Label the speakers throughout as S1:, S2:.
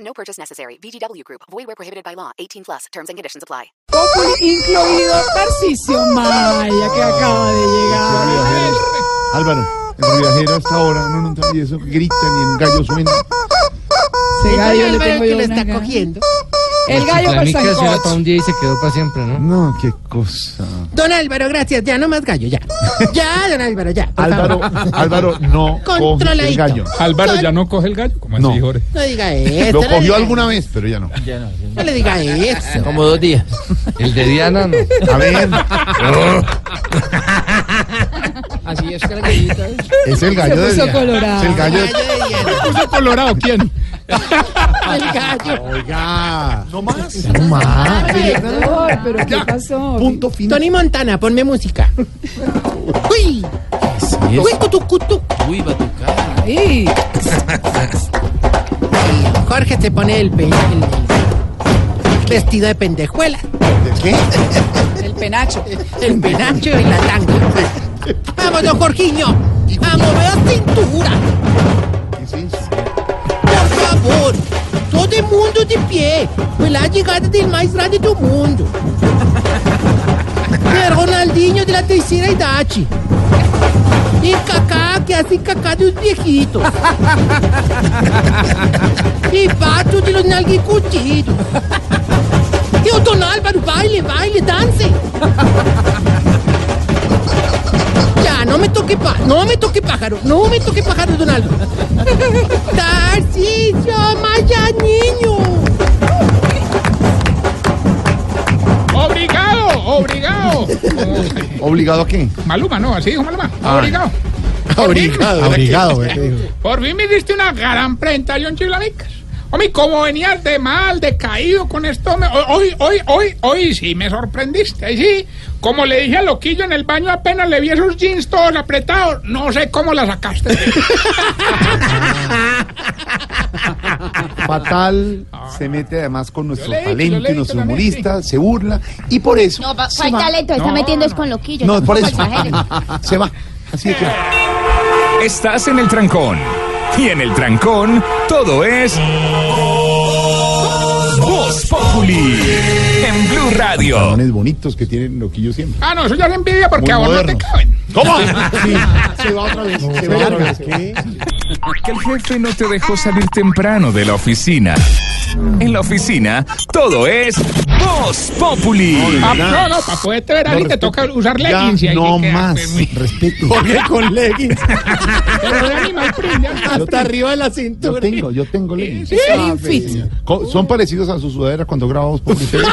S1: No purchase necessary. VGW Group. Void where prohibited by law. 18 plus. Terms and conditions apply.
S2: Populi, incluido Tarcisio Maya, que acaba de llegar.
S3: Álvaro, el viajero hasta ahora no nunca y eso gritan y el gallo suena.
S2: Ese gallo le tengo yo una
S4: lo está
S2: gana.
S4: cogiendo.
S2: El gallo para el
S5: Chiclamicas era para
S2: sancocho.
S5: un día y se quedó para siempre, ¿no?
S3: No, qué cosa.
S4: Don Álvaro, gracias. Ya no más gallo, ya. Ya, don Álvaro, ya. por
S3: Álvaro,
S4: favor.
S3: Álvaro no coge el
S4: Controladito.
S3: gallo.
S6: Álvaro ya no coge el gallo, como
S3: No.
S6: así, Jorge.
S4: No diga eso.
S3: Lo
S4: no
S3: cogió
S4: diga-
S3: alguna vez, pero ya no.
S4: No le diga eso.
S5: Como dos días. El de Diana, no.
S3: A ver,
S5: Así es que la gallita
S3: es el gallo
S2: Se
S3: de
S2: puso
S3: Diana.
S2: colorado.
S3: Es el gallo.
S4: Gallo de hierro,
S6: ¿Puso colorado quién?
S4: El gallo.
S3: Oiga, no más. No
S4: Ah,
S3: más.
S2: Ay, pero ¿qué
S3: Ya.
S2: pasó?
S3: Punto final.
S4: Tony Montana, ponme música. Uy. Uy, cutu, cutu.
S5: Uy, batucada.
S2: Ay,
S4: Jorge se pone el, pe- el- el vestido de pendejuela,
S3: ¿De qué?
S2: el penacho.
S4: el penacho y la tanga. Vámonos, Jorgiño. A mover cintura.
S3: ¿Qué es eso?
S4: Por favor. Todo el mundo de pie. Pues la llegada del más grande del mundo. El Ronaldinho de la tercera edad. Y cacá que é hace cacá de los viejitos. Y pato de los nalguicuchitos. Tío Don Álvaro, baile, baile, dance. Ya, no me toque pájaro, no me toque pájaro, no me toque pájaro, Don Álvaro. Tarcicio, Maya, niño.
S6: ¡Obligado! ¡Obligado!
S3: ¿Obligado a qué?
S6: Maluma, no, así dijo Maluma.
S3: Ah.
S6: Obligado.
S3: Obligado. Obligado, ¿eh? ¿Qué dijo?
S6: Por fin me diste una gran presentación, Chiclamicas. Hombre, como venías de mal, decaído con esto, me- hoy, hoy, hoy, hoy sí me sorprendiste. Ahí sí, como le dije a Loquillo en el baño, apenas le vi esos jeans todos apretados. No sé cómo la sacaste.
S3: Fatal, se mete además con
S6: Yo
S3: nuestros
S6: leí, yo
S3: talentos y
S6: leí
S3: nuestros
S6: también,
S3: humoristas, se burla y por eso.
S7: No, pa-
S3: se
S7: ¿cuál
S3: va.
S7: talento? Está
S6: No,
S7: metiendo es
S6: no.
S7: con loquillo.
S3: No,
S7: no
S3: por
S7: con
S3: eso.
S7: pasajeros.
S3: Se va. Así de claro.
S8: Estás en el trancón. Y en el trancón, todo es. Voz Populi. En Blue Radio.
S3: Pantalones bonitos que tienen loquillo siempre.
S6: Ah, no, eso ya es envidia
S3: Muy
S6: porque ahora no
S3: moderno.
S6: te caben.
S3: ¿Cómo? se va otra vez. se va otra vez.
S8: Que el jefe no te dejó salir temprano de la oficina. En la oficina, todo es. Voz Populi.
S6: Ah,
S3: Nada.
S6: no, no, para poderte ver a alguien te toca usar
S3: Ya,
S6: leggings. y ahí
S3: no
S6: te queda,
S3: más.
S6: pues, muy-
S3: Respeto. Porque con leggings.
S6: Pero de animal print, de animal print.
S4: Hasta arriba de la
S3: Yo
S4: cintura.
S3: tengo, yo tengo leggings.
S6: Sí,
S3: Ah, sí. Co- Son parecidos a su sudadera cuando grabamos por ustedes.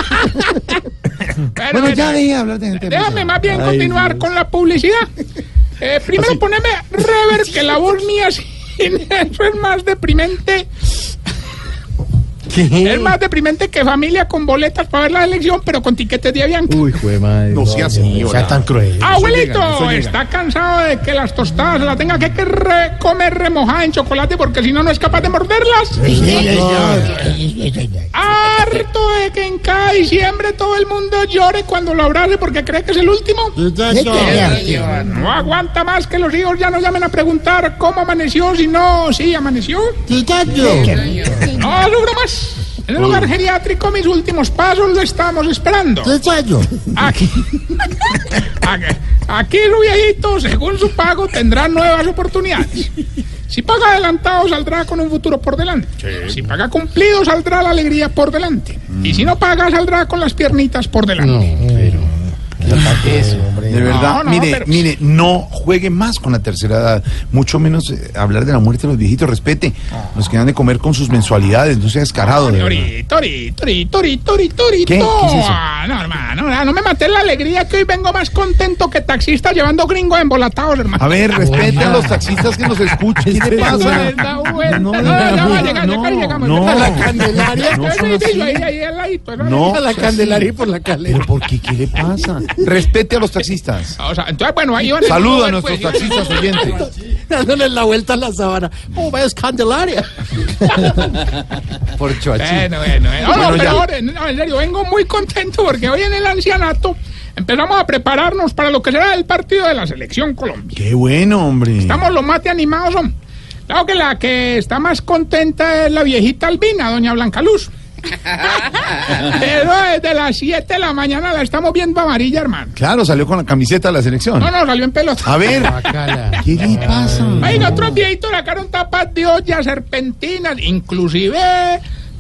S6: Pero
S3: Bueno, ya
S6: bueno,
S3: dejé de hablar de gente.
S6: pues, Déjame más bien
S3: Ay,
S6: continuar
S3: Dios.
S6: con la publicidad. Eh, primero poneme rever que la voz mía sin eso es más deprimente. Es más deprimente que familia con boletas para ver la elección, pero con tiquetes de avión.
S3: No sea así, hola.
S6: Abuelito,
S3: llega, eso llega.
S6: está cansado de que las tostadas las tenga que que re- comer remojada en chocolate porque si no, no es capaz de morderlas. Harto de que en cada diciembre todo el mundo llore cuando lo abrace porque cree que es el último. No aguanta más que los hijos ya no llamen a preguntar cómo amaneció, si no, sí amaneció. No logro más. En el lugar geriátrico mis últimos pasos lo estamos esperando. Aquí, aquí, aquí el viejito, según su pago, tendrá nuevas oportunidades. Si paga adelantado, saldrá con un futuro por delante. Si paga cumplido, saldrá la alegría por delante. Y si no paga, saldrá con las piernitas por delante.
S3: De verdad,
S6: No, no,
S3: mire,
S6: pero-
S3: mire, no juegue más con la tercera edad, mucho menos eh, hablar de la muerte de los viejitos, respete, los que dan de comer con sus mensualidades, no sea descarado. de verdad.
S6: Tori, tori, tori, tori, tori, tori,
S3: ¿Qué? ¿Qué es eso?
S6: Ah, No, hermano, no, no me maté la alegría que hoy vengo más contento que taxista llevando gringos embolatados, hermano.
S3: A ver, respeten a los taxistas que nos escuchan, ¿qué le
S6: No,
S3: pasa?
S6: no, no, no,
S3: Ah, No,
S6: ya va a llegar, ya
S3: no,
S6: casi llegamos.
S3: no.
S6: A la
S4: Candelaria.
S3: No son
S6: Ahí,
S3: así.
S6: ahí, ahí, al ladito, ¿no?
S3: No.
S4: A la Candelaria y por la
S3: ¿Pero
S4: calera.
S3: por qué? ¿Qué le pasa? Respete a los taxistas.
S6: O sea, entonces, bueno, ahí van.
S3: Saluda a
S6: Pues,
S3: nuestros
S6: yo-
S3: taxistas oyentes.
S4: Dándole la vuelta a la sábana. Oh, vaya, es Candelaria.
S5: Por choachín.
S6: Bueno, bueno, bueno. No, no,
S3: Bueno,
S6: pero
S3: ya.
S6: ahora, no, en serio, vengo muy contento porque hoy en el ancianato empezamos a prepararnos para lo que será el partido de la selección Colombia.
S3: Qué bueno, hombre.
S6: Estamos los más de animados, hombre. Claro que la que está más contenta es la viejita albina, doña Blanca Luz. Pero desde las 7 de la mañana la estamos viendo amarilla, hermano.
S3: Claro, salió con la camiseta de la selección.
S6: No, no, salió en pelota.
S3: A ver, ¿qué le pasa?
S6: Hay otros viejitos sacaron tapas de ollas, serpentinas, inclusive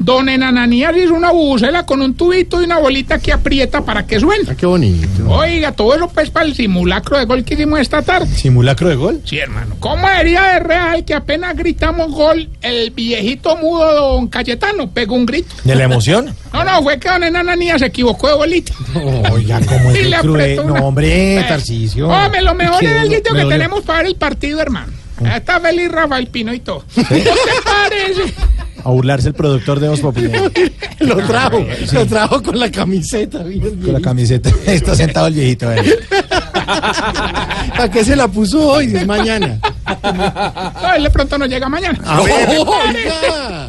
S6: don Enananías hizo una bubucela con un tubito y una bolita que aprieta para que suene.
S4: Ah, Qué bonito.
S6: Oiga, todo eso pues para el simulacro de gol que hicimos esta tarde.
S4: ¿Simulacro de gol?
S6: Sí, hermano. ¿Cómo sería de real que apenas gritamos gol, el viejito mudo don Cayetano pegó un grito?
S4: ¿De la emoción?
S6: No, no, fue que don Enananías se equivocó de bolita.
S4: Oiga, cómo
S6: Y
S4: es
S6: le
S4: de cruel.
S6: apretó
S4: No,
S6: una-
S4: hombre,
S6: Eh,
S4: Tarcicio.
S6: Hombre, lo mejor
S4: Qué
S6: es el
S4: duro,
S6: grito
S4: me
S6: que
S4: dolió.
S6: tenemos para el partido, hermano. Está feliz Rafael Pino y todo. ¿No te parece?
S4: A burlarse el productor de Voz lo trajo, lo trajo con la camiseta. Con la camiseta. Está sentado el viejito. ¿Para qué se la puso hoy? Es mañana.
S6: No, él de pronto no llega mañana.
S4: Ah, Oiga.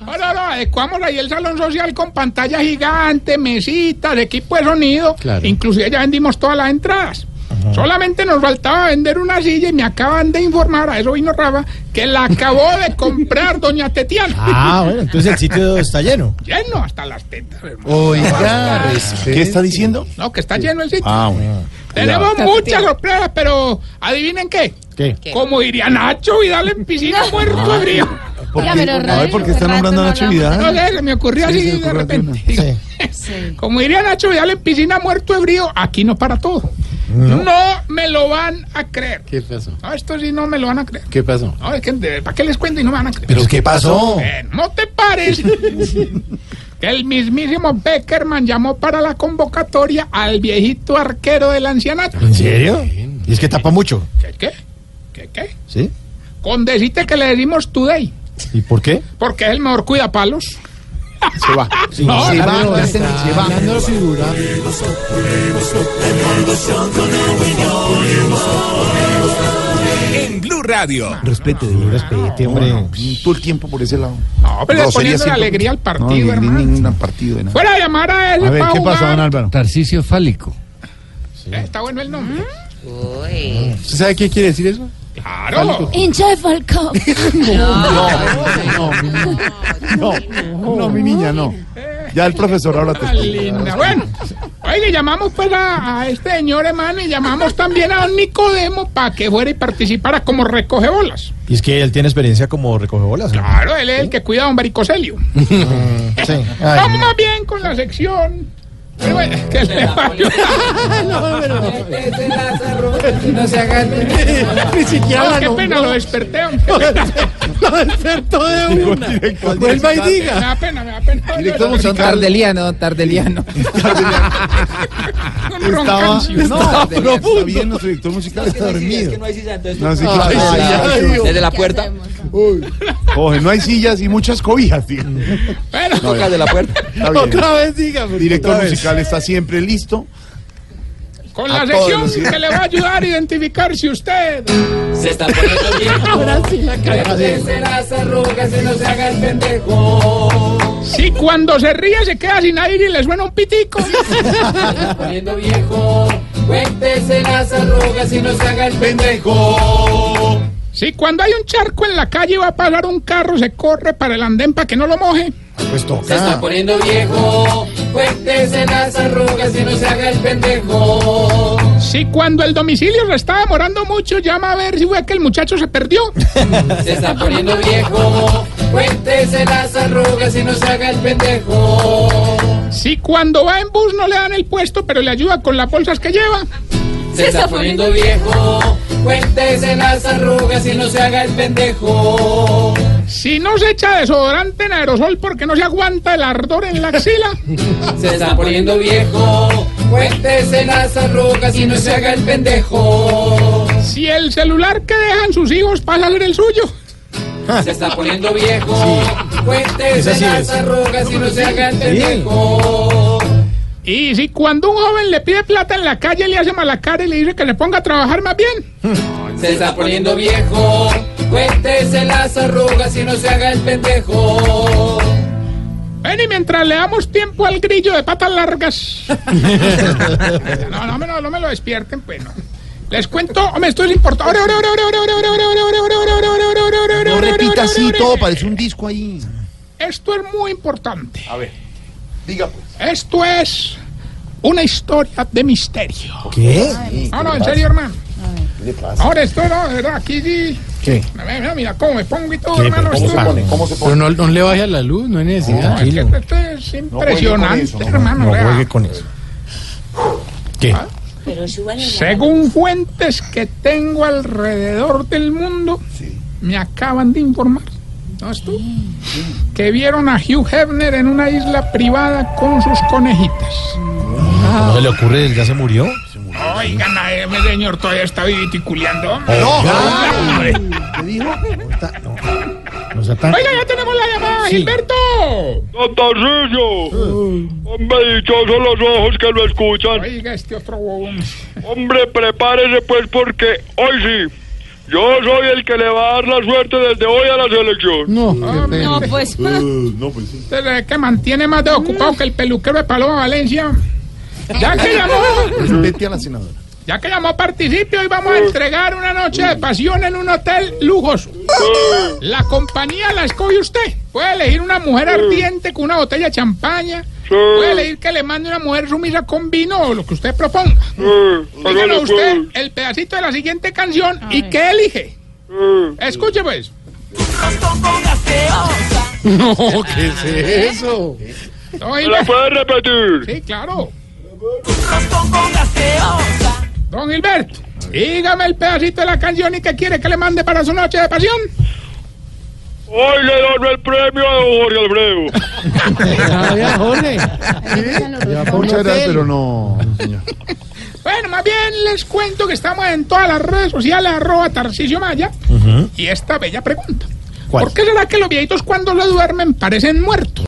S6: No, no, no, adecuamos ahí el salón social con pantalla gigante, mesitas, equipo de sonido.
S4: Claro.
S6: Inclusive ya vendimos todas las entradas. Solamente nos faltaba vender una silla y me acaban de informar, a eso vino Rafa, que la acabó de comprar doña Tetiana.
S4: Ah, bueno, entonces el sitio está lleno.
S6: Lleno hasta las tetas, hermano.
S3: Oiga, respete. ¿qué está diciendo?
S6: No, que está lleno el sitio.
S3: Ah, bueno.
S6: Tenemos
S2: Cuidado.
S6: muchas sorpresas, pero adivinen qué.
S4: ¿Qué?
S6: Como diría Nacho Vidal en piscina muerto de frío.
S3: ¿Por
S7: Oiga,
S3: qué?
S7: pero
S3: a ver,
S7: Rodrigo,
S3: ¿por qué
S7: hace
S3: están
S7: rato
S3: nombrando a
S7: no
S3: Nacho
S7: hablamos.
S3: Vidal?
S6: No sé, se me ocurrió
S3: Sí,
S6: así
S3: se
S6: de
S3: ocurrió de
S6: repente.
S3: una.
S6: Digo,
S4: Sí.
S7: Sí.
S6: Como diría Nacho Vidal en piscina muerto de frío, aquí no para todo. No, me lo van a creer.
S4: ¿Qué pasó?
S6: No, esto sí no me lo van a creer.
S4: ¿Qué pasó?
S6: No, es que de- ¿para qué les cuento y no me van a creer?
S4: qué pasó?
S6: Eh, ¿No te parece que el mismísimo Beckerman llamó para la convocatoria al viejito arquero del ancianato?
S4: ¿En serio? Y es que tapa mucho.
S6: ¿Qué qué? ¿Qué qué?
S4: ¿Sí?
S6: Con decirte que le decimos today,
S4: ¿Y por qué?
S6: porque es el mejor cuidapalos.
S3: Se va.
S4: No,
S3: se
S4: claro,
S3: va,
S4: está
S3: se va.
S4: hablando figura.
S8: En Blue Radio.
S4: Respete, de verdad, respete, hombre.
S3: Todo el tiempo por ese lado.
S6: No, pero le
S3: Grosería
S6: poniendo la
S3: siempre.
S6: alegría al
S3: No,
S6: partido,
S3: ni, ni
S6: hermano.
S3: ningún partido de nada.
S6: Fuera a llamar a ese
S3: A ver,
S6: pa'
S3: ¿qué pasó,
S6: jugar.
S3: don Álvaro?
S5: Tarcicio fálico.
S6: Eh, Está bueno el nombre.
S3: ¿Usted sabe qué quiere decir eso?
S6: Claro.
S7: Hincha de Falcao.
S3: No, mi niña. No, no, mi niña, no. Ya el profesor ahora te
S6: Ah, linda.
S3: explica.
S6: Bueno, hoy le llamamos pues a, a este señor hermano y llamamos también a don Nicodemo para que fuera y participara como recoge bolas.
S4: Y es que él tiene experiencia como recoge bolas. ¿no? Ah,
S6: Claro, él es el que cuida a don Baricoselio.
S4: Sí. Ay,
S6: Vamos más bien con la sección. Pero bueno, que le va a ayudar.
S4: Ni siquiera
S6: No,
S4: la
S6: Ah, qué pena, lo
S4: nombró.
S6: desperté. hombre.
S4: Lo despertó de una. Vuelva y
S6: Me
S4: diga.
S6: da pena, me da pena.
S3: Director musical.
S5: Tardeliano, tardeliano.
S6: Con
S3: Estaba,
S6: roncancio.
S3: no, pero está bien, nuestro director musical está dormido. No, sí, claro,
S4: Ay,
S3: sí,
S4: ay,
S3: claro.
S4: ay.
S5: Desde la puerta.
S3: Oye, no hay sillas y muchas cobijas, tío.
S6: Bueno,
S5: Toca de la puerta.
S3: Está bien.
S4: Otra vez diga.
S3: El
S4: pero
S3: director
S4: otra vez.
S3: musical está siempre listo.
S6: con
S3: A
S6: la
S3: todos
S6: sección
S3: los días.
S6: que le va a ayudar a identificar si usted
S5: Se está poniendo bien.
S4: Ahora sí la cara.
S6: Si cuando se ríe se queda sin aire y le suena un pitico. Si cuando hay un charco en la calle y va a pasar un carro, se corre para el andén para que no lo moje.
S4: Pues toca.
S6: Si cuando el domicilio se está demorando mucho, llama a ver si fue que el muchacho se perdió.
S5: Se está poniendo viejo. Cuéntese las arrugas y no se haga el pendejo.
S6: Si cuando va en bus no le dan el puesto, pero le ayuda con las bolsas que lleva.
S5: Se está poniendo viejo. Cuéntese las arrugas y no se haga el pendejo.
S6: Si no se echa desodorante en aerosol porque no se aguanta el ardor en la axila.
S5: Se está poniendo viejo. Cuéntese las arrugas y no se haga el pendejo.
S6: Si el celular que dejan sus hijos pasa a ser el suyo.
S5: Se está poniendo viejo. Cuéntese
S4: Esa sí
S5: las
S4: es.
S5: arrugas y no se haga el pendejo.
S6: Y si cuando un joven le pide plata en la calle le hace mala cara y le dice que le ponga a trabajar más bien.
S5: Se está poniendo viejo. Cuéntese las arrugas y no se haga el pendejo.
S6: Ven y mientras le damos tiempo al grillo de patas largas. no, no, me lo- no me lo despierten, pues no. Les cuento, hombre, esto es importante.
S3: No repita así, todo parece un disco ahí.
S6: Esto es muy importante.
S3: A ver, diga pues.
S6: Esto es una historia de misterio. Ah,
S4: ¿Qué?
S6: No, no, en serio, hermano. Ahora esto no, de verdad, aquí sí.
S4: ¿Qué?
S6: Mira, mira, mira cómo me pongo y todo, hermano. esto-
S4: Pero no, no le baje a la luz, no hay necesidad.
S6: No, es que
S4: Tranquilo.
S6: esto- esto es impresionante, hermano.
S4: No
S6: vea.
S4: juegue con eso. ¿Qué?
S6: Según fuentes que tengo alrededor del mundo, me acaban de informar, ¿no es tú? Que vieron a Hugh Hefner en una isla privada con sus conejitas.
S4: ¿No se le ocurre? ¿Él ya Ah. se murió?
S6: Oigan, a ese señor todavía está viviticuleando. hombre.
S4: ¡No!
S3: ¿Qué dijo?
S4: No sea tan-
S6: Oiga, ya tenemos la llamada, Gilberto.
S7: Don Tarcisio,
S4: Ah.
S7: hombre, dichosos los ojos que lo escuchan.
S6: Oiga, este otro bobo.
S7: Hombre, prepárese pues porque hoy sí, yo soy el que le va a dar la suerte desde hoy a la selección.
S4: No, qué pena.
S9: No, pues.
S6: Usted es que mantiene más de ocupado que el peluquero de Paloma Valencia. Ya que llamó.
S3: Vete a la senadora.
S6: Ya que llamó participio, hoy vamos a entregar una noche de pasión en un hotel lujoso. La compañía la escoge usted. Puede elegir una mujer ardiente con una botella de champaña. Puede elegir que le mande una mujer sumisa con vino o lo que usted proponga. Díganos usted el pedacito de la siguiente canción y qué elige. Escuche pues.
S4: No, ¿qué es eso?
S6: Don
S7: ¿Me la
S6: Gilberto.
S7: puedes repetir?
S6: Sí, claro. Don Gilberto, dígame el pedacito de la canción y qué quiere que le mande para su noche de pasión.
S7: Hoy le doy el premio a don Jorge
S4: Ya,
S7: Alfredo.
S4: ya, Jorge.
S3: Muchas gracias, pero no, señor.
S6: Bueno, más bien les cuento que estamos en todas las redes sociales, arroba Tarcisio Maya. Y esta bella pregunta.
S4: ¿Cuál?
S6: ¿Por qué será que los viejitos cuando lo duermen parecen muertos?